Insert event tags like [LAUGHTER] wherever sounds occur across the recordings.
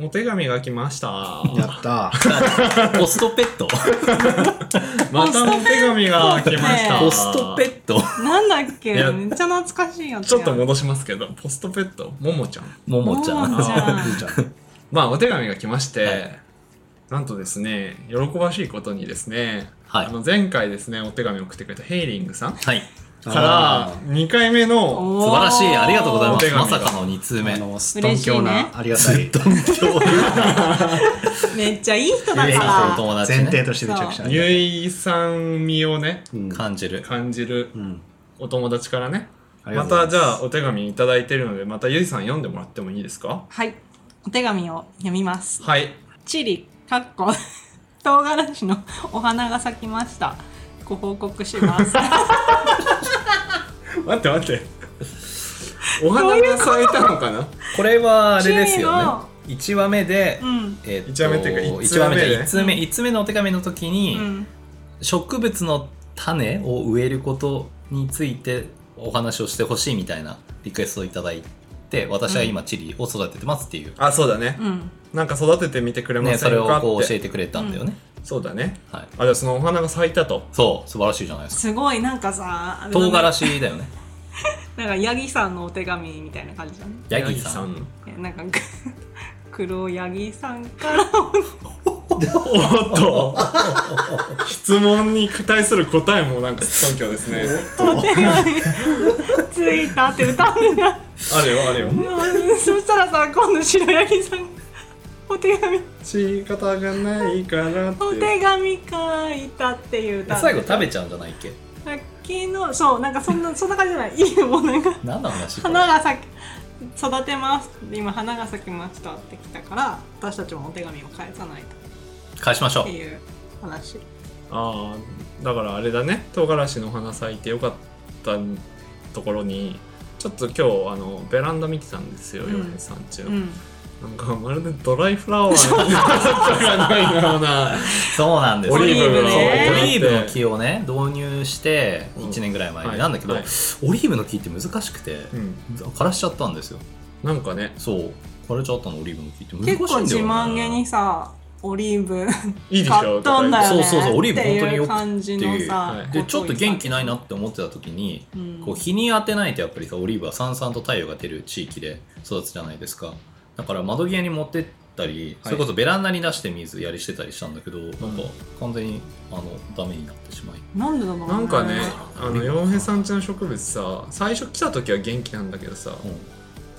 お手紙が来ました。やった [LAUGHS] ポストペットまたお手紙が来ました。ポストペットなんだっけいやめっちゃ懐かしいやつちやょっと戻しますけど、ポストペット、ももちゃん。ももちゃももん。ちゃんいいじゃんまあ、お手紙が来まして、はいなんとですね、喜ばしいことにですね、はいあの前回ですね、お手紙を送ってくれたヘイリングさんはい。からあ2回目のおー [LAUGHS] 素晴らしい。ありがとうございまお手す。紙まがさかの2通ー目。あどのストン強嬉しいねなありがたいん強めっちゃいい人だかいやいやおら友達前提ね。としてめちゃくちゃありがたゆいいさん味をね、うん感じる。感じるうんお友達からね、ありがまとうございたすじゃあお手紙いただいてるので、またゆいさん読んでもらってもいいですかはいお手紙を読みますはい。チリかっこ [LAUGHS] 唐辛子のお花が咲きましたご報告します [LAUGHS] 待って待って。お花が咲いたのかなこれはあれです趣味よのね。1話目でう、んえっと一話目っていうか一一話目ね話目じゃない一通目、一通目のお手紙の時うに、ん植物の種を植えることについてお話をしてほしいみたいなリクエストをいただいて、私は今チリを育ててますっていう。あ、そうだね。うんなんか育ててみてくれまね、せそんれをかこうっ教えて。てくれたんだよね。そうだね。はい。あ、じゃあそのお花が咲いたと。そう、素晴らしいじゃないですか。すごいなんかさあれだね唐辛子だよね。なんかヤギさんのお手紙みたいな感じだねヤギさん。ん。えなんか [LAUGHS] ぐ黒ヤギさんからおおっと質問に対する答えもなんか尊虚ですね。手紙ついたって歌うんだあるよあるよ。そしたらさ今度白ヤギさんお手紙仕方がないからって。お手紙書いたっていう歌最後食べちゃうんじゃないっけさっきのそうなんかそんなそんな感じじゃないいいよもうなんか何の話これ花が咲き育てます今花が咲きましたって来たから私たちもお手紙を返さないと返しましょってう。いう話ああ、だからあれだね。唐辛子の花咲いてよかったところに、ちょっと今日あのベランダ見てたんですよ、うヨんネさん中。うんなんかまるでドライフラワーの花がないような。そうなんですオよリーブのそうねオリーブの木をね、導入してうん1年ぐらい前はいに。なんだけど、はいオリーブの木って難しくて、うん。枯らしちゃったんですよ。なんかね、そう。枯れちゃったの、オリーブの木って難しいんだ結よ、ね。構自慢げにさオリーブいいでし買ょっとんだよねそうそうそうオリーブ本当によくてっていう感じのさ、はいで、ちょっと元気ないなって思ってた時に、うんこう日に当てないとやっぱりさオリーブはさんさんと太陽が出る地域で育つじゃないですかだから窓際に持ってったりそれこそベランダに出して水やりしてたりしたんだけど、なんか完全にあのダメになってしまいなんでだろうねなんかね、あうんの洋平さんちの植物さ、最初来た時は元気なんだけどさ、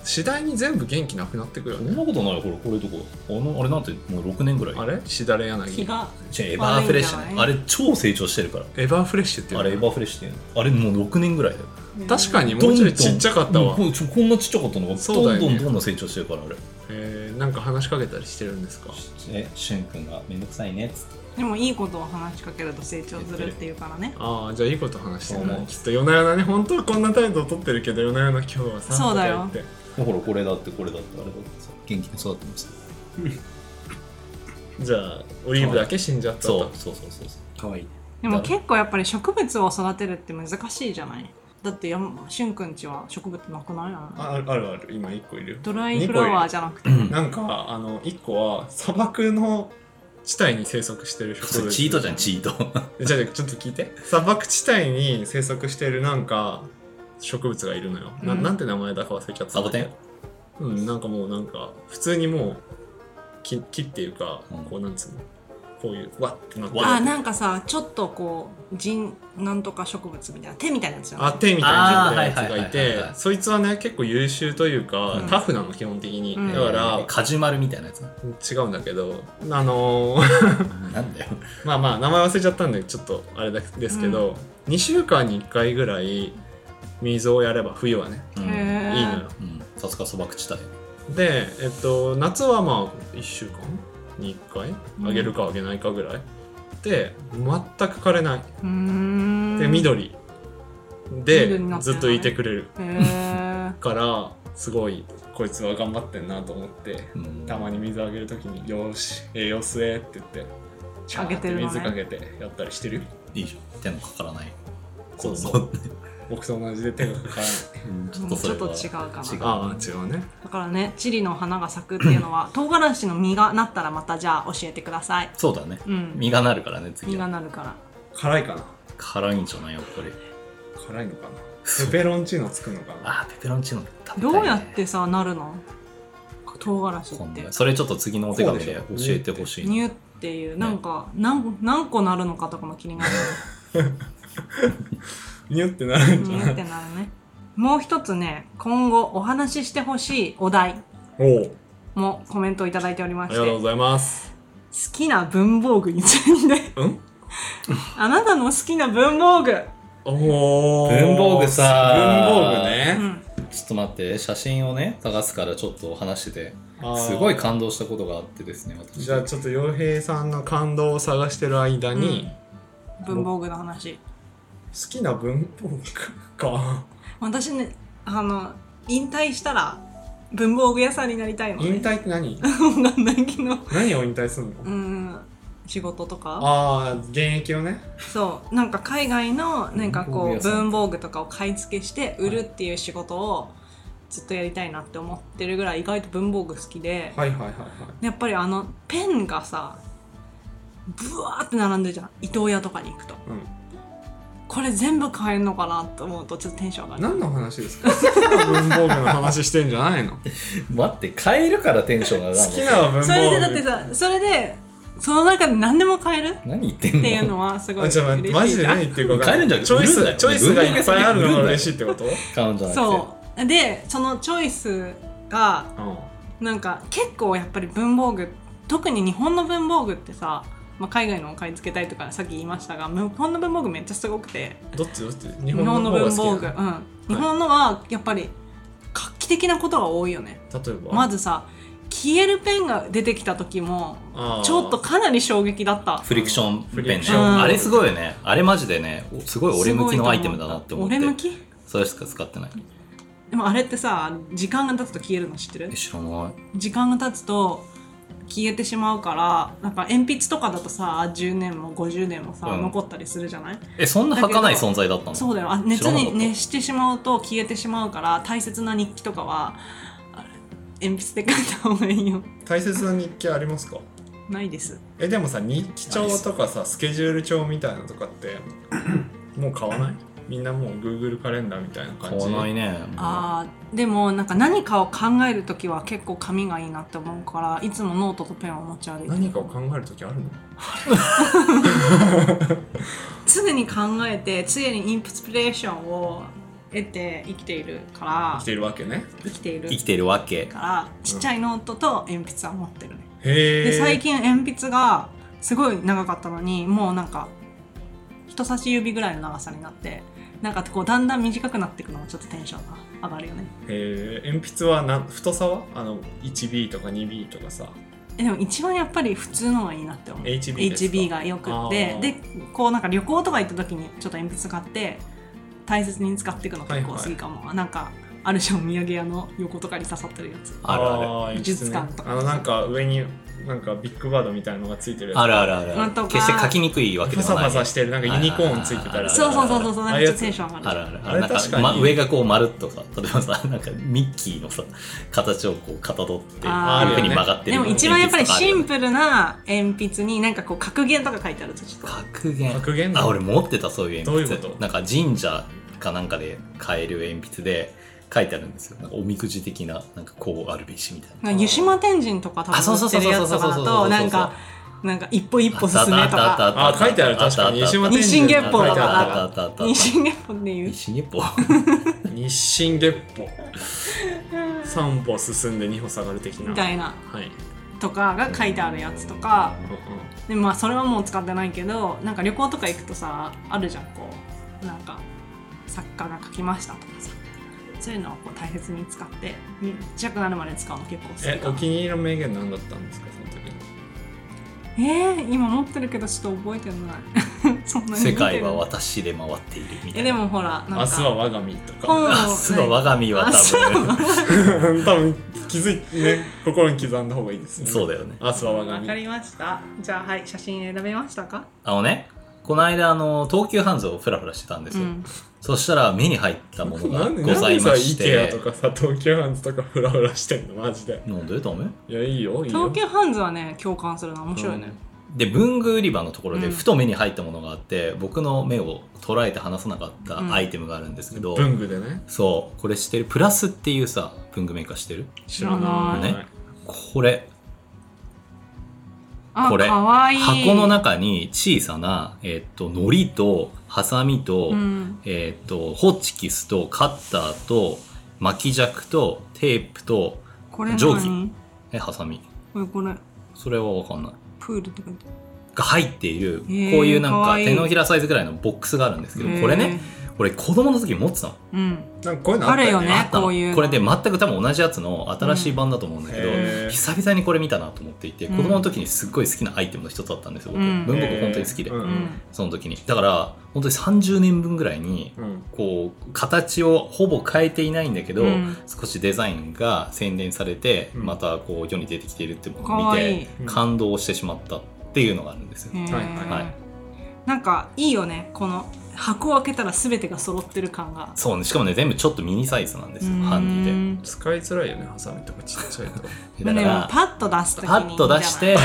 次第に全部元気なくなってくるよそんなね。ことないよほらこれとかあのあれなんてもう6年ぐらいあれしだれ気柳。がじゃあエバーフレッシュ悪いんねじゃあないれ超成長してるからエバーフレッシュっていうあのれエバーフレッシュっていうのあれもう6年ぐらいだよ確かににもうちょいちっちゃかったわ。もうちょこんなちっちゃかったのがそうだどよんねどんどんどん成長してるからあれえー、なんか話しかけたりしてるんですかえしゅんくんがめんどくさいねっつってでもいいことを話しかけると成長するっていうからねああ、じゃあいいこと話してるそうね。ねちょっと夜な夜なね、本当はこんな態度を取ってるけど、夜な夜な今日はさ、そうだよとか言ってほらこれだってこれだってあれだってさ元気に育ってましたじゃあ、オリーブだけ死んじゃったそとう。そうそうそうそうかわいいでも結構やっぱり植物を育てるって難しいじゃないだってやんしゅんくんちは植物なくないよねああるある、今1個いるよ。ドライフラワーじゃなくてなんかあの1個は砂漠の地帯に生息してる植そ物れチートじゃんチートじゃあちょっと聞いて砂漠地帯に生息してるなんか植物がいるのよ、なうんなんて名前だか忘れちゃった [LAUGHS] サボテンうんなんかもうなんか普通にもう木木っていうか、うんこうなんつうのこういうわってなってるわあなんかさちょっとこう人なんとか植物みたいな手みたいなやつじゃあない手みたいなやつあーはいがはいいはいはいてはいそいつはね結構優秀というか、うんタフなの基本的に、うんだから、カジュマルみたいなやつね違うんだけどあのーなんだよまあまあ名前忘れちゃったんでちょっとあれですけど、2週間に1回ぐらい水をやれば冬はねうんいへーいのようんさすが砂漠地帯でえっと夏はまあ1週間に1回あげるかあげないかぐらい、で全く枯れないうーんで緑で緑になってずるのねっといてくれるへーからすごいこいつは頑張ってんなと思ってうんたまに水あげるときに「よーし栄養吸え」って言ってシャーって水かけてやったりしてるよいいじゃん手のかからないそうそう子供僕と同じで手がかからない [LAUGHS] ちょっとそれはうんちょっと違うかなああ違うねだからねチリの花が咲くっていうのは唐辛子の実がなったらまたじゃあ教えてくださいそうだねうん実がなるからね次実がはなるから辛いかな辛いんじゃないやっぱり辛いのかなペペロンチーノつくのかなあーペペロンチーノ食べたいねどうやってさなるの唐辛子今って度それちょっと次のお手紙で教そうでしょえてほしいニなュっていうなんか何何個なるのかとかも [LAUGHS] 気になるニュってなるんじゃニなュいってなるねもう一つね今後お話ししてほしいお題おおもコメントをいただいておりあまりしがとうごてざいます好きな文房具について [LAUGHS] うんあなたの好きな文房具、おお文房具さ文房具うね、ん、ちょっと待って写真をね探すからちょっと話しててあーすごい感動したことがあってですね私じゃあちょっと洋平さんの感動を探してる間に、文房具の好話きな文房具か私ねあの引退したら文房具屋さんになりたいの、ね、 [LAUGHS] 引退って何分かんないけど何を引退するのうん仕事とかああ現役をねそうなんか海外のなんかこ文房具う屋さん文房具とかを買い付けして売るっていう仕事をずっとやりたいなって思ってるぐらい意外と文房具好きで、はいはいはいはいやっぱりあのペンがさブワーって並んでるじゃん伊東屋とかに行くとうん、これ全部買えるのかなと思うとちょっとテンション上がる何の話ですか [LAUGHS] 好きな文房具の話してんじゃないの好待って買えるからテンションが上がるのきな文房具それでだってさそれでその中で何でも買えるっ何言ってんのていうのはすごいあちょっと待ってマ嬉しいジでじゃ何ん言ってるか分かんない帰るんじゃなくてチョイ売るんだスよチョイスがいっぱいあるのが嬉しいってこと買うんじゃなくてそうでそのチョイスがなんか結構やっぱり文房具特に日本の文房具ってさ、まあ、海外のを買い付けたいとかさっき言いましたがむ日本の文房具めっちゃすごくてどっちどっち日日本本の方のが文好房き具、う、なん日本のはやっぱり画期的なことが多いよねの例えばまずさ消えるペンが出てきた時もあーちょっとかなり衝撃だったフリクションフペリンクねションあれすごいよねあれマジでねおすごい俺向きのアイテムだなって思ってすごいと思った俺向きそれしか使ってないでもあれってさ時間が経つと消えるの知ってるえ知らない時間が経つと消えてしまうからなんか鉛筆とかだとさ10年も50年もさ、うん残ったりするじゃないえそんな儚い存在だったのそうだよあ知熱らなかにった熱してしまうと消えてしまうから大切な日記とかはあ鉛筆で書いた方がいいよ大切な日記ありますかないですえでもさ日記帳とかさスケジュール帳みたいなのとかってもう買わないみんなもう Google カレンダーみたいな買感じわないねもあーでもなんか何かを考える時は結構紙がいいなって思うからいつもノートとペンを持ち歩いて何かを考える時あるの常に考えて常にインプスピレーションを得て生きているから来ているわけね生きていうる生きているわけからちっちゃいノートと鉛筆は持ってるね、へえで最近鉛筆がすごい長かったのにもうなんか人差し指ぐらいの長さになってなんかこうだんだん短くなっていくのもちょっとテンションが上がるよねへえ鉛筆はな太さはあの 1B とか 2B とかさえでも一番やっぱり普通のがいいなって思う HB ですか HB がよくあってーでこうなんか旅行とか行った時にちょっと鉛筆買って大切に使っていくの結構はいはい好きかも、なんかあるじゃんお土産屋の横とかに刺さってるやつあるああー美術館とかあのなんか上になんかビッグバードみたいなのがついてるるやつあるあるあるあなんとるか決して書きにくいわけパではサないパサしてるなんかユニコーンついてたりあすそるうそうそうそうそうあなあんいかうやつちょっとテンション上があるるあるああれるなんか確かにま上がこう丸っとさ例えばさ [LAUGHS] なんかミッキーのさ形をこうかたどってあー奥に曲がってるでも一番やっぱりシンププルな鉛筆になんかこう格言とか書いてあるとちょっと格言格言あ俺持ってたそういう鉛筆どういうことなんか神社かなんかで買える鉛筆で書いてあるんですよなんかおみくじ的ななんかこうあるべしみたいななんか湯島天神とか多あそう分そう売っそうそうてるやそうつそとうかそうだとなんかなんか一歩一歩進めとかあ書いてある確かに西西島日進月歩とあったあか日進月歩っていう日進月歩 [LAUGHS] 日進月 [LAUGHS] 歩3歩進んで2歩下がる的なみたいなはい、とかが書いてあるやつとかでまあそれはもう使ってないけどなんか旅行とか行くとさあるじゃんこうなんか作家が書きましたとかさそういうのをこう大切に使ってちっちゃくなるまで使うの結構好きえかおな気に入りの名言何だったんですかその時えー、今持ってるけどちょっと覚えてない [LAUGHS] そんなに見て世る界は私で回っているみたえいでなもほらなんか明日は我が身と本をか明日の我が身は多 [LAUGHS] 分多分気づいてね心に刻んだ方がいいですねそうだだよね明日は我がわ身かりましたじゃあはい写真選べましたかあのねこの間あの東急ハンズをフラフラしてたんですうよ、んそしたら目に入ったものながんでございましなんでさ IKEA てとかさ東急ハンズとかフラフラしてんのマジでなんでダメいやいいよいいよ東急ハンズはね共感するの面白いね、で文具売り場のところでうんふと目に入ったものがあって、僕の目を捉えて離さなかったアイテムがあるんですけど、文具でねそうこれ知ってるプラスっていうさ文具メーカー知ってる知らない、ねこれあこれかわいい箱の中に小さな、えっと糊とハサミと,、うんえっとホチキスとカッターと巻き尺とテープとこれ定何規えハサミこれこれそれは分かんないプールとかが入っているこうへーいうなんかかわいい手のひらサイズぐらいのボックスがあるんですけどこれねこれ子供の時持ってたのうんなんかこういうのあったるよあねったのこういうのこれで全く多分同じやつの新しい版だと思うんだけど、うんへー久々にこれ見たなと思っていて、うん子供の時にすっごい好きなアイテムの一つだったんですよ僕、うん文房具本当に好きで、えーううんんその時にだから本当に30年分ぐらいにうんこう形をほぼ変えていないんだけど、うん少しデザインが洗練されて、うんまたこう世に出てきているってもかのを見わていいうん感動してしまったっていうのがあるんですよ、へーはいはいはいなんかいいよねこの箱を開けたら全てが揃ってる感がそうねしかもね全部ちょっとミニサイズなんですよハンディでィ使いづらいよねハサミとかちっちゃい [LAUGHS] とでだかもらパッと出すときにパッと出して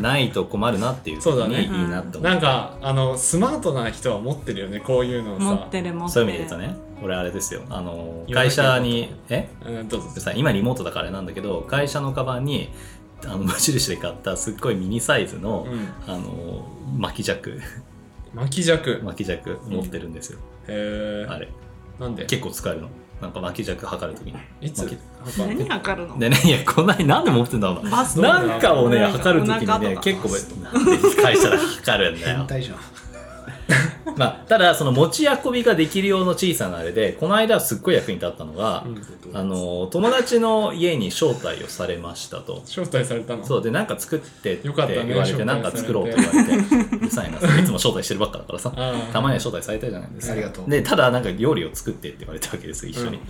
ないと困るなっていうそうだ時ねにいいなと思ってなんかあのスマートな人は持ってるよねこういうのを持さってる持ってそうるいう意味で言うとね俺あれですよあの言わな会きゃ社いけないにえうんどうぞさ今リモートだからあれなんだけど会社のカバンにあの無印で買ったすっごいミニサイズの、うんあの巻き尺巻き尺巻き尺持ってるんですよ、へあえれなんで結構使えるのなんか巻き尺測る時にいつ巻きなんか何測るのでねいやこんなに何で持ってんだお前バスどうのだなんかをねなんか測る時お腹にとねか結構 [LAUGHS] なんで会社で測るんだよ変態じゃん。まあ、ただその持ち運びができる用の小さなあれでこの間すっごい役に立ったのが、うんあの友達の家に招待をされましたと。招待されたのそうでなんか作ってって言よかわったねれて、招待されてなんか作ろうと言われてうるさいなそれいつも招待してるばっかだからさああたまには招待されたいじゃないですかありがとうでただなんか料理を作ってって言われたわけですよ一緒に、うんうん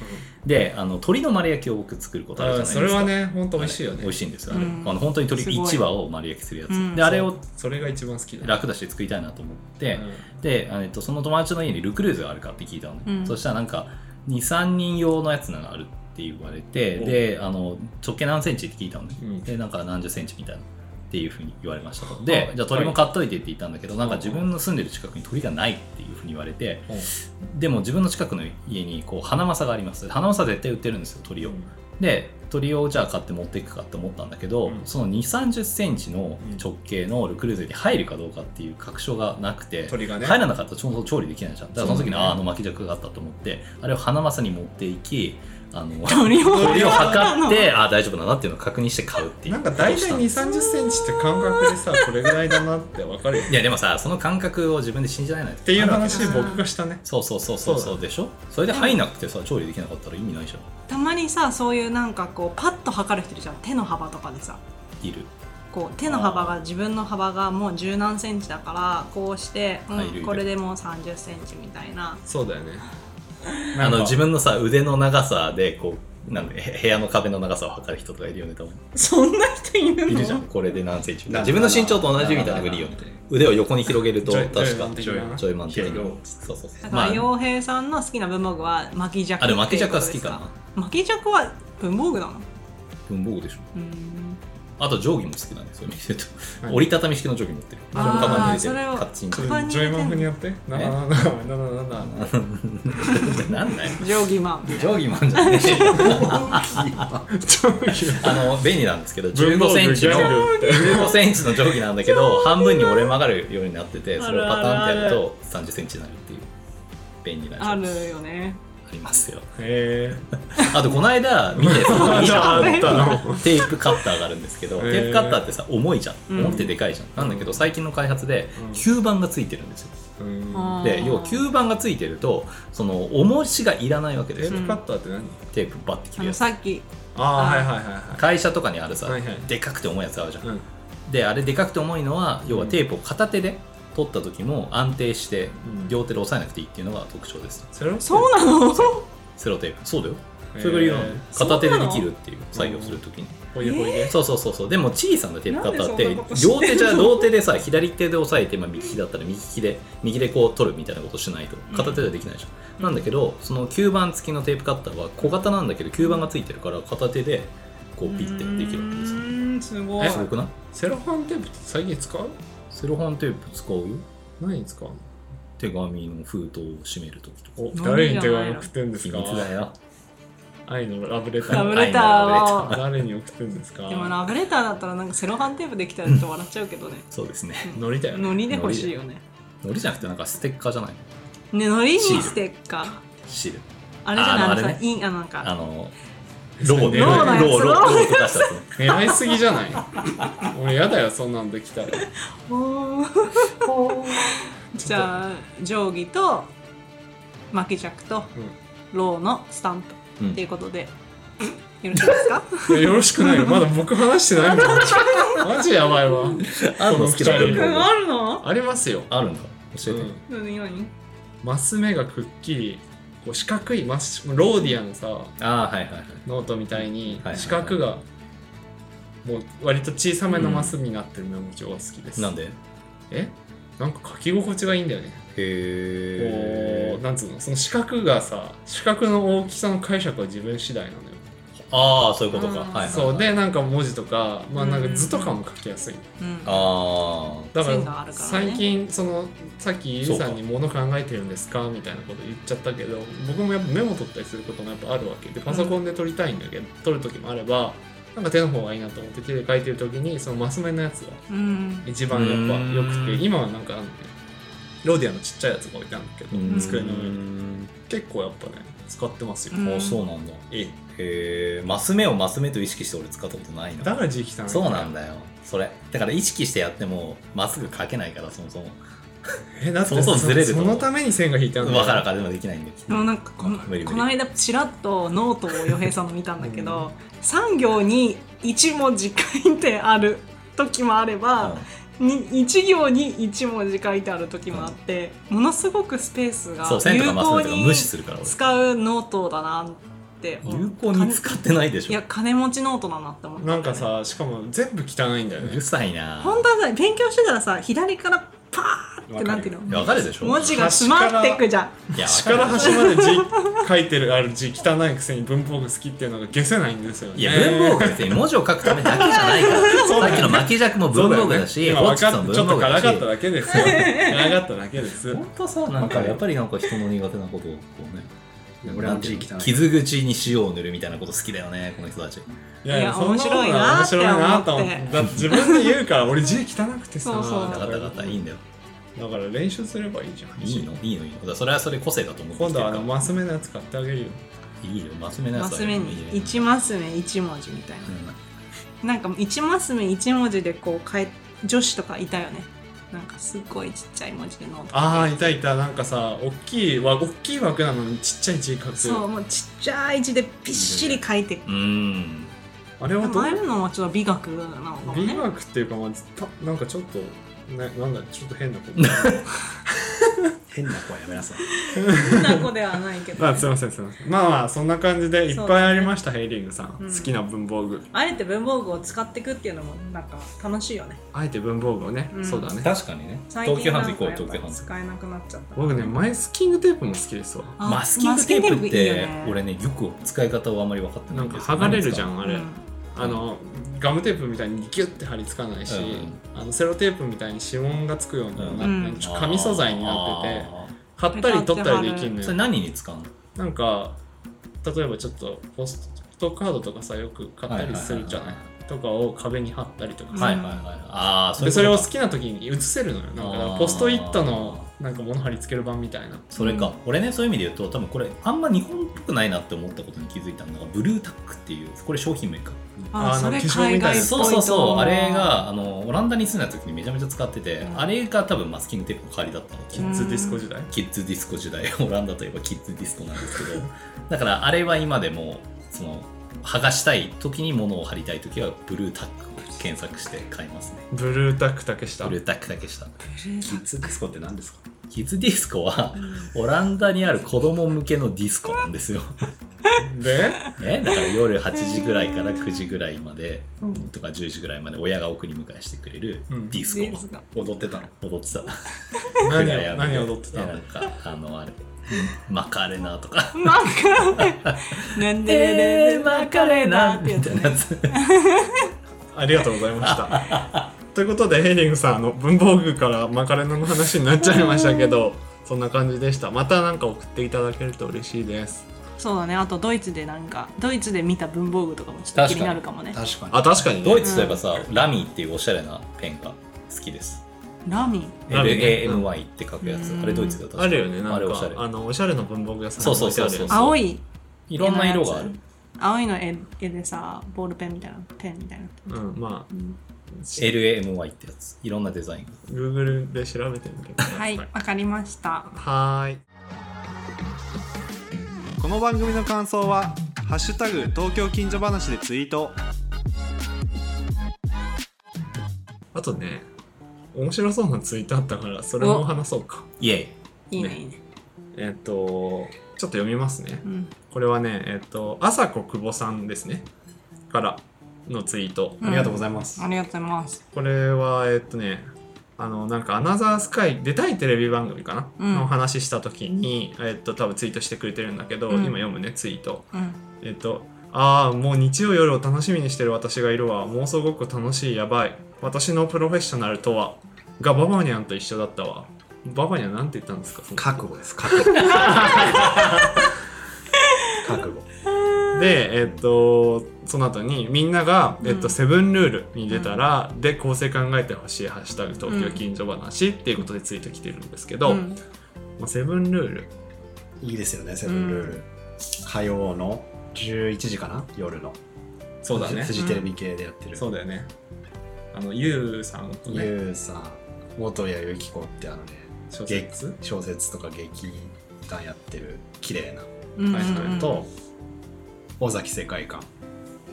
であの鶏の丸焼きを僕作ることあるじゃあなあいですそかれはね本当美味しいよ美ね味しいんですよあれ、うんあの本当にす鶏ごい1羽を丸焼きするやつ、うんであれをそれが一番好きだ楽だし作りたいなと思って、うんで、あえっと、その友達の家にルクルーゼがあるかって聞いたのね、うんそしたらなんか23人用のやつなのあるって言われておであの直径何センチって聞いたのね、うんでなんか何十センチみたいなっていうふうに言われましたとではいじゃあ鳥も買っといてって言ったんだけど、なんか自分の住んでる近くに鳥がないっていうふうに言われて、でも自分の近くの家にこう花マサがあります花マサ絶対売ってるんですよ鳥を、で鳥をじゃあ買って持っていくかって思ったんだけど、うんその2 3 0センチの直径のルクルーゼに入るかどうかっていう確証がなくて、鳥がね入らなかったらちょうど調理できないじゃんだからその時に、そうだねあああの巻き尺があったと思ってあれを花正に持っていき [LAUGHS] あの鳥を鳥を測測っったてああ大丈夫だなっていうのを確認して買うっていうなんか大体2 3 0ンチって感覚でさこれぐらいだなって分かるよねいやでもさその感覚を自分で信じられないっっていう話あるわけだ僕がしたねそうそうそうそうそうそうでしょそれで入んなくてさ調理できなかったら意味ないじゃんたまにさそういうなんかこうパッと測る人いるじゃん手の幅とかでさいるこう手の幅が自分の幅がもう十何センチだからこうして、うんあいるいるこれでもう3 0センチみたいなそうだよねあの自分分のさ腕の長さでこうなんでへ部屋の壁の長さを測る人とかいるよね多分そんな人いるのいるじゃんこれで何センチなん自分の身長と同じみたいなのがいいよね腕を横に広げると確かちょいちょい満点広いそうそうそだうからまあ洋平さんの好きな文房具は巻き尺あでもっ巻てきいう尺はこと好できすかな巻き尺は文房具なの文房具でしょうーんあと定規も好きなんですよね見てるとはい折りたたみ式の定規持ってるあカーバンに入れてそれをカッチンカジバンにョ入れてんイマンの風にやってなななななななななんだよ定 [LAUGHS] 規マン定規もあんじゃねえよちょいあの便利なんですけど文1房具5センチのギャグって15センチの定規なんだけど半分に折れ曲がるようになっててそれをパターンってやるあると30センチになるっていう便利なあ定規るよねありますよへえあとこの間見てそ [LAUGHS] のじゃああったのテープカッターがあるんですけど、へーテープカッターってさ重いじゃんうん重くてでかいじゃん、なんだけど最近の開発でうん吸盤がついてるんですよ、うんあーで要は吸盤がついてるとその重しがいらないわけテですよ、ープカッターって何テープバッて切あるのやつさっきああーあーはいはいは会社とかにあるさ、はいはいでかくて重いやつあるじゃん、いはいであれでかくて重いのは要はテープを片手で取った時も安定してうん両手で押さえなくていいっていうのが特徴ですそれそうなのセロテープそうだよそれが理由なのへ片手でできるっていう作業するときにほいほいでそうそうそうそうでも小さなテープカッターっなんてでそんなことしてんの両手じゃ両手でさ左手で押さえて、まあ、右利きだったら右利きで右でこう取るみたいなことしないと片手ではできないじゃん、うんなんだけどその吸盤付きのテープカッターは小型なんだけど吸盤が付いてるから片手でこうピッてできるわけですようーんすごいえすごくないセロハンテープって最近使うセロハンテープ使うよ何に使うの手紙の封筒を閉めるときとかお何誰に手紙送ってんです秘か密だよ愛のラブレタラーブレターを誰に送ってんですかでもラブレターだったらなんかセロハンテープできたらちょっと笑っちゃうけどねそうですね [LAUGHS] ノリだよねノリで欲しいよねのりじゃなくてなんかステッカーじゃないねノリにステッカーシールあれじゃああのあないあのれさねインあのなんあかのロボでロボのやつロボロボロボとかしたやつね狙いすぎじゃない俺やだよそんなんできたらおー [LAUGHS] じゃあ定規と巻き尺とローのスタンプうんっていうことで、よろしいですかいやよろしくないよまだ僕話してないもんマジやばいわあるの好きだこの二う人んよ。あるのありますよ、あるんだ。う教えて。ん、何何マス目がくっきりこう四角いマスローディアのさああ、はいはいはい。ノートみたいにはいはいはい四角がもう割と小さめのマスになってるメモ帳が好きです、なんでへえなんか書き心地がいいんだよねこえう。なんつうのその四角がさ四角の大きさの解釈は自分次第なのよ、ああ、そういうことか。あはーいはいはい。そう。でなんか文字とか,、まあ、なんうかん図とかも書きやすいうんあだか線があらるからね最近そのさっきゆりさんに「もの考えてるんですか?」みたいなこと言っちゃったけど僕もやっぱメモ取ったりすることもやっぱあるわけでパソコンで取りたいんだけど、取る時もあればなんか手の方がいいなと思って手で書いてる時にそのマス目のやつがうん一番やっぱ良くてうん今はなんかあのねローディアのちっちゃいやつが置いてあるんだけど、あ。机の上にに。結構やっぱね使ってますよ、うんもうそうなんだ。ええへえ。マス目をマス目と意識して俺使ったことないだな。から字汚いそうなんだだよ。それ。だから意識してやっても、まっすぐ書けないから、そもそも。えだってそうそうずれるとそ思うのために線が引いてあるんだわからんからでもできないんだよ。でもなんかこの無理無理この間ちらっとノートを洋平さんの見たんだけど、3行に1文字書いてある [LAUGHS] 時もあれば、に1行に1文字書いてある時もあって、ものすごくスペースうがんそう、線有とかマス効目とか無に視するから俺。使うノートだなって思う有効に使ってないでいしょや。金持ちノートだなって思ったなんかさしかも全部汚いんだようねるさいな。本当はさ勉強してたらさ左からパーってなんていうわかのいやわかるでしょ。文字が詰まってくじゃんいや、わ端かるから端まで字書いてるある字汚いくせに文房具好きっていうのが消せないんですよねいや、文房具別に文字を書くためだけじゃない [LAUGHS] から、そうださよっきの巻き尺も文房具だし、今ホッ分チキスかもってちょ文っと房具だからしかっただけですよからかっただけです本当さ、なんかやっぱりなんか人の苦手なことをこうね、俺なんはていう字の汚い。傷口に塩を塗るみたいなこと好きだよね、この人たち。いいやそんこと面白いな面って白い思ってなと思ってだって自分で言うから俺字汚くてさそうそうだからだからいいんだよ。だから練習すればいいじゃんいいのいいのいいの。だからそれはそれ個性だと思って今きて度るはあかのら。マス目のやつ買ってあげるよいいよ、マス目のやマつはスいい目よに1マス目1文字みたいななんか1マス目1文字でこう変え女子とかいたよねなんかすっごいちっちゃい文字でノートああいたいたなんかさ大きいわ大きい枠なのにちっちゃい字書くそうもうちっちゃい字でびっしり書いてうん。うん。あれあはどうあいうのはちょっと美学なのかも美ね学っていうか、まあ、たなんかちょっと、ね、なんだちょっと変なこと変な子はやめなさい。そんな子ではないけ [LAUGHS] どまあすいませんすいませんまあまあそんな感じでいっぱいありました、ヘイリングさん、うん好きな文房具あえて文房具を使っていくっていうのもなんか楽しいよねあえて文房具をね、うんそうだね確かにね。東急ハンズ行こうよ、東急ハンズ。使えなくなっちゃった僕ね前スキングテープも好きですわあマスキングテープっいいてよね、俺ね、よく使い方をあんまり分かってなないんでかすよ剥がれるじゃんあれ、うんあのガムテープみたいにギュッて貼り付かないし、うあのセロテープみたいに指紋がつくようにもなって、うんちょっと紙素材になっててあー貼ったり取ったりできるのそよれ何に使うのなんか例えばちょっとポストカードとかさよく買ったりするじゃない,、はいはとかを壁に貼ったりとかさ、はいはいはいああそでそれを好かきな時に写せるのよなんかだかあらーポストイットのなんか物貼り付ける版みたいなそれうんか俺ねそういう意味で言うと多分これあんま日本っぽくないなって思ったことに気づいたのがブルータックっていうこれ商品名かああそなれんか化粧海みた外いなっぽいそうそうとそ思うあれがあのオランダに住んだ時にめちゃめちゃ使ってて、うんあれが多分マスキングテープの代わりだったのキッズディスコ時代、キッズディスコ時代 [LAUGHS] オランダといえばキッズディスコなんですけど [LAUGHS] だからあれは今でもその剥がしたい時に物を貼りたい時はブルータックを検索して買いますねブルータック竹下ブ [LAUGHS] ルータックだけしたキッズディスコって何ですかキッズディスコはオランダにある子供向けのディスコなんですよでえだから夜8時ぐらいから9時ぐらいまでうんとか10時ぐらいまで親が送り迎えしてくれるうんディスコ、踊ってたの踊ってた何暗を闇何でを踊ってたいやなのんかあのあれマカレナとかマカレなんでねマカレナってやつみたいなねやつありがとうございました [LAUGHS] ということでヘイリングさんあの文房具からマカレナの話になっちゃいましたけどそんな感じでしたまた何か送っていただけると嬉しいですそうだねあとドイツでなんかドイツで見た文房具とかもちょっと気になるかもね確かにあ確かに [LAUGHS] ドねイツといえばさ、ラミーっていうおしゃれなペンが好きですラミンラミーね LAMY って書くやつ、うんあれドイツだとあるよねなあれんおしかゃれあのおしゃれな文房具屋さんそうそうそう置いそてあうる青いいろんな色がある青いの絵絵でさボールペンみたいなペンみたいな、うんまあうん、 LAMY ってやついろんなデザインが Google で調べてみてくださはいいわかりましたはーいこの番組の感想は「ハッシュタグ東京近所話」でツイートあとね面白そうなツイートあったからそれも話そうかイエイいいねねいいねえっとちょっと読みますねうんこれはねえっと朝子久保さんですねからのツイートうんありがとうございます、ありがとうございますこれはえっとねあのなんか「アナザースカイ」出たいテレビ番組かな、うんの話した時に、えっと、多分ツイートしてくれてるんだけど、うん今読むねツイートうんえっと「ああもう日曜夜を楽しみにしてる私がいるわ妄想ごっこ楽しいやばい私のプロフェッショナルとは」がババニャンと一緒だったわババニャンなんて言ったんですかその覚悟です覚 [LAUGHS] 悟覚悟で、えっと、その後にみんなが、うんえっと、セブンルールに出たら、で、構成考えてほしい、ハッシュタグ、東京近所話っていうことでついてきてるんですけど、んまあセブンルール。いいですよねセブンルール、火曜の11時かな夜のそうだねフ。ジテレビ系でやってる、そうだよね。あの、ゆうさんとね、ゆうさん元谷由紀子ってあのね小説。小説とか劇団やってる綺麗なうんはいそれと、尾崎世界観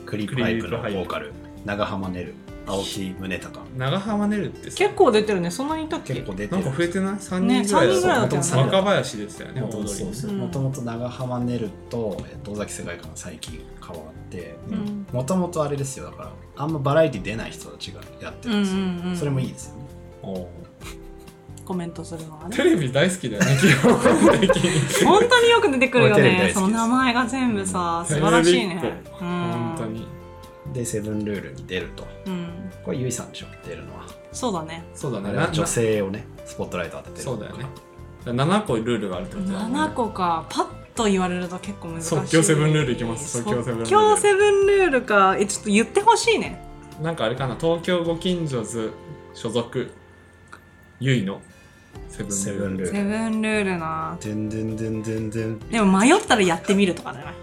クリープハイプのボーカル長浜ねる青木宗隆長浜ねるってさ結構出てるねそんなにいたっけ結構出てなんるか増えてない ?3 ね人ぐらい三人ぐらいだだっったたよよねね。若林でしたよね、もと踊もとそうり。そううんもともと長浜ねると、えっと、尾崎世界観が最近変わってうんもともとあれですよだからあんまバラエティ出ない人たちがやってるんですよ、うんうんうんそれもいいですよねコメントするのはね [LAUGHS] テレビ大好きだよね、基本的に。本当によく出てくるよ俺テレビ大好きでねすその名前が全部さ素晴らしいねテレビっ子うん本当に。でセブンルールに出るとうんこれゆいさんでしょ出るのはそうだねそうだあね。れなは女性をねスポットライト当ててるそうだよね。7個ルールがあるってことだもんね。 7個かパッと言われると結構難しい即興セブンルールいきます即興セブンルール即興セブンルールかえちょっと言ってほしいねなんかあれかな東京ご近所図所属ゆいのセブンルセールブンルーセルブンルールなでんでんでんでんでんでも迷ったらやってみるとかじゃない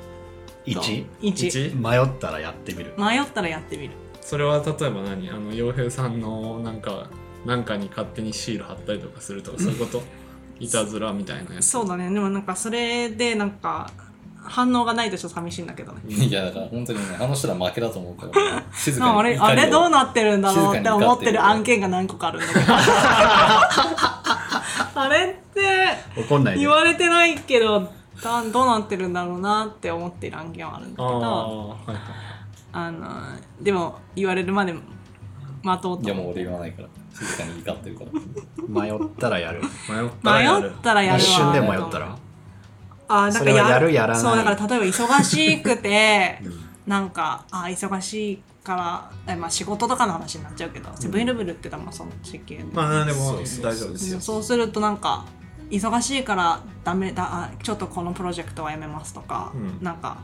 1 1 1? 迷ったらやってみる迷ったらやってみるそれは例えば何あの洋平さんのなんかなんかに勝手にシール貼ったりとかするとかそういうこといたずらみたいなやつそうだねでもなんかそれでなんか反応がないとちょっと寂しいんだけどねいやだから本当にねあの人ら負けだと思うから、 [LAUGHS] ね、静まかあに俺あれどうなってるんだろうっ静てかに怒思っっててるる案件が何個かあるんだけ [LAUGHS] ど [LAUGHS] あれって怒んないで言われてないけどだどうなってるんだろうなって思ってる案件はあるんだけあどあはいはあのでも言われるまで待とういとや思もうう俺言わないから静かに怒ってるから迷ったら [LAUGHS] やるい迷ったらや迷るったらやるわ一瞬で迷ったらあーなんそかれはやるやらないそうだから例えば忙しく [LAUGHS] てなんかあー忙しいからえ、まあ、仕事とかの話になっちゃうけど、セブンイレブンって多分その時期まあ何でもそうそう大丈夫ですよそうするとなんか忙しいからダメだあちょっとこのプロジェクトはやめますとか、うんなんか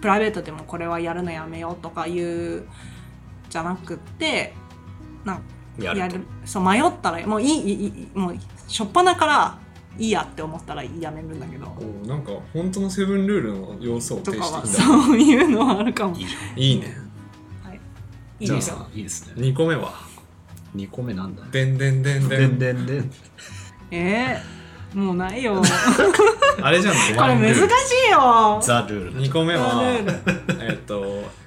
プライベートでもこれはやるのやめようとかいうじゃなくってなんかやるとそう迷ったらもういいいいいいもうしょっぱなからいいやって思ったらやめるんだけどおーなんか本当のセブンルールの要素をと提かは示してきたそういうのはあるかもいいじゃんいいねいいですじゃよあいいですね2個目は2個目なんだでんでんでんででんんでんでんえー、もうな [LAUGHS] いよあれじゃんこれ難しいよザ・ルール2個目はルえっと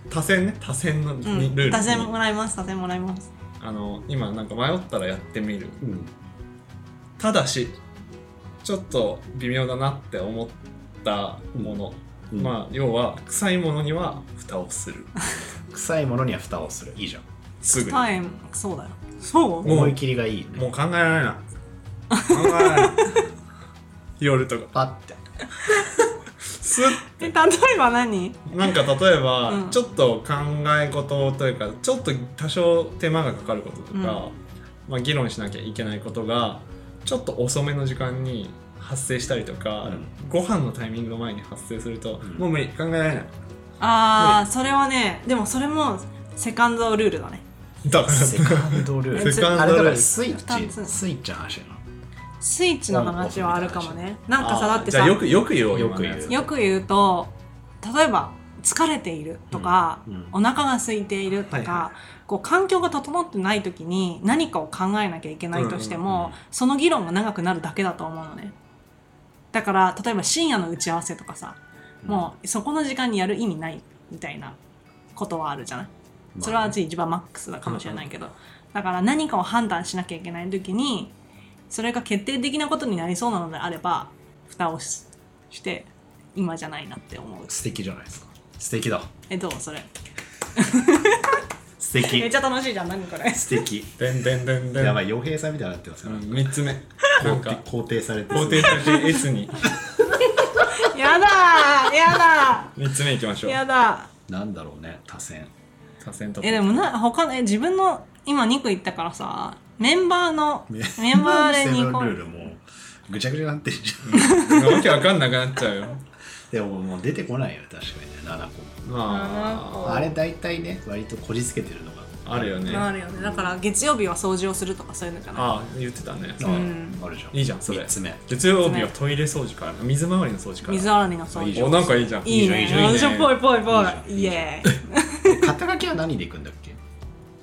多選ね多選のルうールん、打線もらいます打線もらいますあの今なんか迷ったらやってみるうんただしちょっと微妙だなって思ったものうんまあ要は臭いものには蓋をする臭いものには蓋をするいいじゃんすぐにタイムそうだよそうもう思い切りがいいよねもう考えられない考えられない夜とかパッてスッえ例えば何なんか例えば、うんちょっと考え事というかちょっと多少手間がかかることとか、うんまあ、議論しなきゃいけないことがちょっと遅めの時間に発生したりとか、ご飯のタイミングの前に発生すると、んもう無理考えられないああ、それはねでもそれもセカンドルールだねだからセカンドルー [LAUGHS] ルセカンドルールあれだからスイ二ッチつスイッチの話やスイッチの話はあるかもねなんかさだってじゃさあよよくよく言おうよく言う今のやつく言うと例えば疲れているとか、うんうんお腹が空いているとか、はいはこう環境が整ってない時に何かを考えなきゃいけないとしても、うんうんうんその議論が長くなるだけだと思うのねだから例えば深夜の打ち合わせとかさ、うんもうそこの時間にやる意味ないみたいなことはあるじゃないなそれは私一番マックスだかもしれないけど、だから何かを判断しなきゃいけない時にそれが決定的なことになりそうなのであれば蓋をしして今じゃないなって思う素敵じゃないですか素敵だえどうそれ素めっ敵ちゃ楽しいじゃん何 [LAUGHS] これ素敵でんでんでんでんやばい傭兵さんみたいになってますうよ、ん、3つ目なんか肯定されてる肯定されてる S にやだーやだ3つ目いきましょーうやだなんだろうね多選左遷とーえでもな他のえ自分の今2個言ったからさメンバーのメンバーでの [LAUGHS] 2個ルールもうぐちゃぐちゃになってるじわけわかんなくなっちゃうよゃん [LAUGHS] でももう出てこないよね確かにね7ま個あれ大体ね割とこじつけてるのがああるよねあるよねだから月曜日は掃除をするとかそういうのじゃないああ言ってたねんあるじゃんいいじゃんそれ3つ目月曜日はトイレ掃除から水回りの掃除から水洗いの掃除いいじゃおなんかいいじゃんいいいいねじゃんいい私じ [LAUGHS] ゃんはぽいぽいぽいいいイじゃんエーイ肩書きは何でいくんだっけ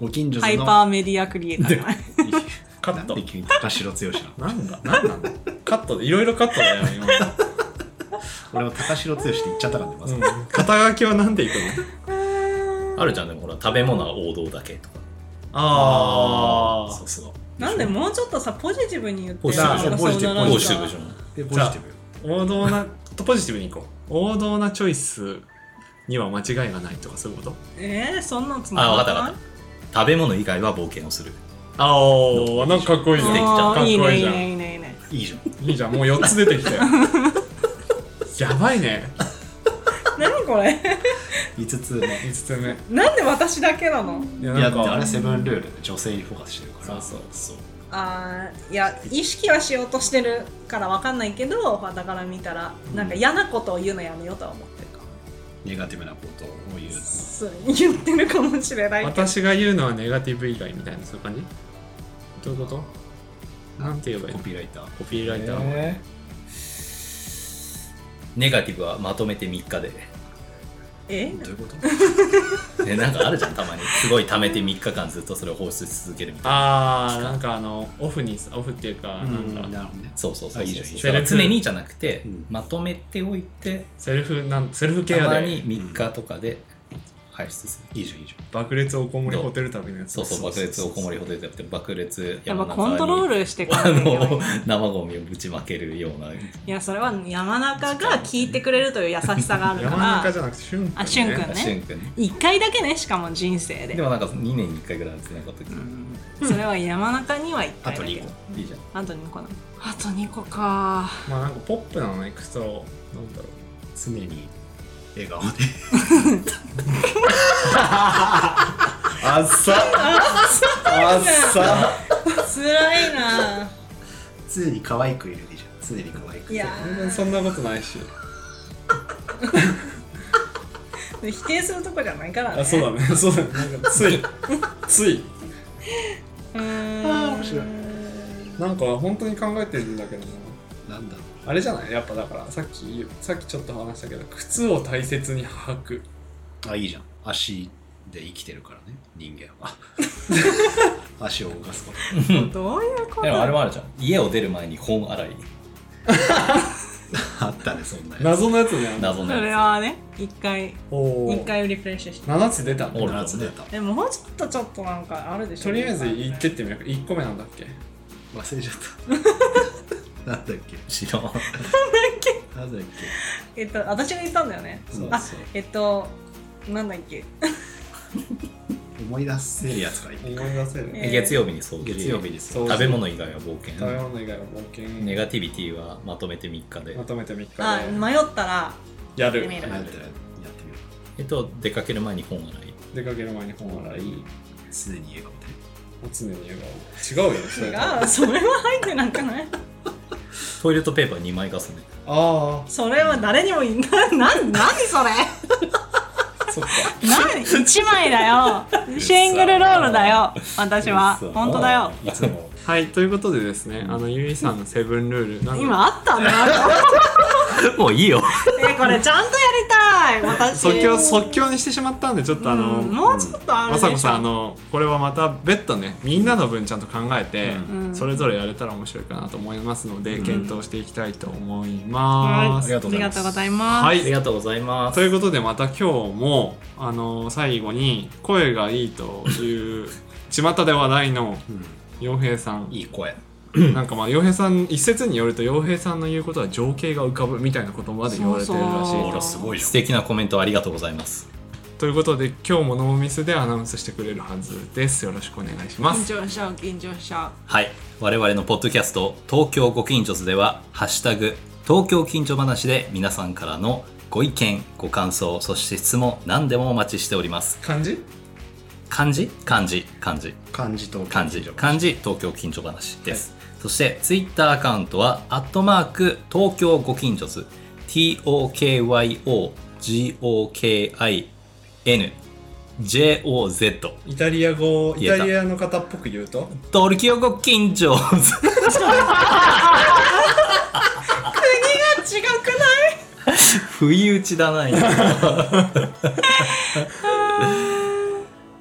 ご近所のハイパーメディアクリエイター [LAUGHS] じゃない [LAUGHS] カなッんトで急に高城剛なのなんだなんなんだカットでいろいろカットだよ [LAUGHS] 今、俺も高城剛って言っちゃったからねまず、うん、肩書きはなんでいくのあるじゃんでもほら食べ物は王道だけとかあそうそうなんでもうちょっとさポジティブに言ってポジティブなんかポジティブそうなポるジさティブじゃんでポジティブよあ王道なとポジティブにいこう王道なチョイスには間違いがないとかそういうことえー、そんなのつあまわからったないわかった食べ物以外は冒険をするああなんかかっこいいじゃんかっあこーいいねいいいいじゃんねいいいじゃいねいいねんいいじゃんもう4つ出てき [LAUGHS] たよやばいね何これ5つ目5つ目なんで私だけなのいやいなやんだってあかれセブンルールで女性にフォーカスしてるからそうそうあーいや意識はしようとしてるからわかんないけどだから見たらなんか嫌なことを言うのやめようとは思ってるかも、ネガティブなことを言うそう言ってるかもしれないけど私が言うのはネガティブ以外みたいなそういう感じどういうことなんて言えばいいコのピーライターコピーライター、ネガティブはまとめて3日でえどういうことね、なんかあるじゃんたまにすごい貯めて3日間ずっとそれを放出し続けるみたいなあーなんかあのオフにオフっていうか、うんななんかるほどねそうそうそあういいそじうじゃんゃんいいだから常にじゃなくて、うんまとめておいてセルフなんセルフケたアまでに3日とかで排出する、いいじゃんいいじ爆裂おこもりホテル旅のやつそうそうそう爆そう裂そうおこもりホテルじゃなくて爆裂やっぱ中にコントロールしてくあれるよの生ゴミをぶちまけるようないやそれは山中が聞いてくれるという優しさがあるから山中じゃなくてシュン君、ね、あシュン君ね瞬間ね一回だけねしかも人生ででもなんか2年に1回ぐらい集めなかったけど、ゃん、うん、それは山中には一あ回とだけ2個いいじゃんあと2個なのあと2個かまあなんかポップなのねクソなんだろう常に笑顔であっさあっさつらいな常に可愛くいるでいいじゃん常に可愛く [LAUGHS] いや全然そんなことないしー否定するとこじゃないからねあそうだねそうだねなんかついついうーんあー面白いなんか本当に考えてるんだけどななんだろあれじゃないやっぱだからさっきさっきちょっと話したけど靴を大切に履くうあいいじゃん足で生きてるからね人間 [LAUGHS] は足を動かすことどういうことでもあれもあるじゃん家を出る前に本洗いあったねそんなや [LAUGHS] つ謎のやつね謎のそれやはね一回お一お回リフレッシュして7つ出たおねる7つ出たでももうちょっとちょっとなんかあるでしょとりあえず言ってってみよう1個目なんだっけ [LAUGHS] 忘れちゃったなんだっけつ知らんなんだっ [LAUGHS] えっと私が言ったんだよねけそうあそうえっとなんだっけ思い出せるやつから言って思い出せるねえー月曜日に掃除月曜日にすそう食べ物以外は冒険食べ物以外は冒険ネガティビティはまとめて3日で、まとめて3あ日で迷ったらややってるみやるってるやってみるえっと出かける前に本をない出かける前に本洗い常に笑顔でお常に笑顔違うよねそれと [LAUGHS] 違うそれは入ってなくないトイレットペーパー2枚重ねあそれは誰にもいな [LAUGHS] ななにそれあそっか何一枚だよシングルロールだよ私は嘘本当だよいつもはいということでですねあのゆいさんのセブンルールなんか今あった [LAUGHS] んだもういいよえこれちゃんとやりたい私即興即興にしてしまったんでちょっとあの、うんもうちょっとあるまでしょさこさんあのこれはまた別途ねみんなの分ちゃんと考えて、うんそれぞれやれたら面白いかなと思いますので、うん検討していきたいと思います。はいありがとうございますありがとうございます、はいありがとうございますということでまた今日もあの最後に声がいいという巷で話題の洋平さんいい声なんかまあ洋平さん一説によると洋平さんの言うことは情景が浮かぶみたいなことまで言われてるらしいそうそうほらすごいじゃ素ん敵なコメントありがとうございますということで今日もノーミスでアナウンスしてくれるはずですよろしくお願いします緊張しちゃう緊張しちゃうはい我々のポッドキャスト「東京ご近所図」では「ハッシュタグ東京近所話」で皆さんからのご意見ご感想そして質問何でもお待ちしております漢字漢字漢字漢字漢字と漢字漢字東京近所話です、そしてツイッターアカウントは「アットマーク東京ご近所図」TOKYOGOKINJOZ イタリア語イ言えタたリアの方っぽく言うとトルキオご近所図国が違くない不意打ちだな今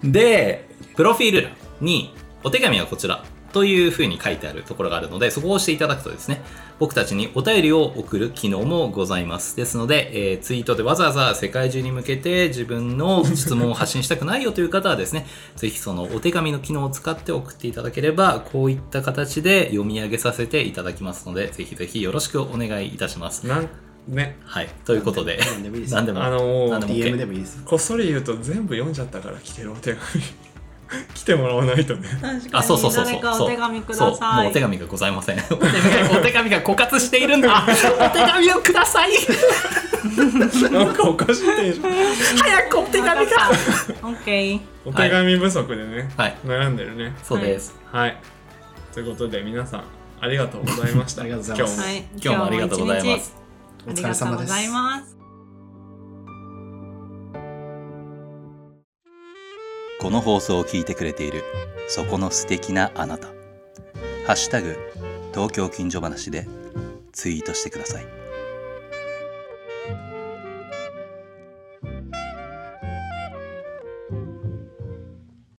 でプロフィール欄にお手紙はこちらというふうに書いてあるところがあるのでそこを押していただくとですね僕たちにお便りを送る機能もございますですので、えーツイートでわざわざ世界中に向けて自分の質問を発信したくないよという方はですね [LAUGHS] ぜひそのお手紙の機能を使って送っていただければこういった形で読み上げさせていただきますのでぜひぜひよろしくお願いいたしますなんねはいということで何でもいいですよ何でもあのなんでも OK DM でもいいですよこっそり言うと全部読んじゃったから来てるお手紙 [LAUGHS] 来てもらわない [LAUGHS] とね確かあ、にそうそうそうそう。誰かお手紙くだそうそうさもういお手紙がございません。お手紙 [LAUGHS] お手紙が枯渇しているんだ。 [LAUGHS] お手紙をください。なんかおかしいテンション早くお手紙が。オッケーお手紙不足でね、はい悩んでるねそうです。はいということで皆さん [LAUGHS] ありがとうございましたありがとうございま今日すもはい今日もありがとうございます。お今日疲れも一日あり様がとうごですざいますこの放送を聞いてくれているそこの素敵なあなた「ハッシュタグ東京近所話」でツイートしてください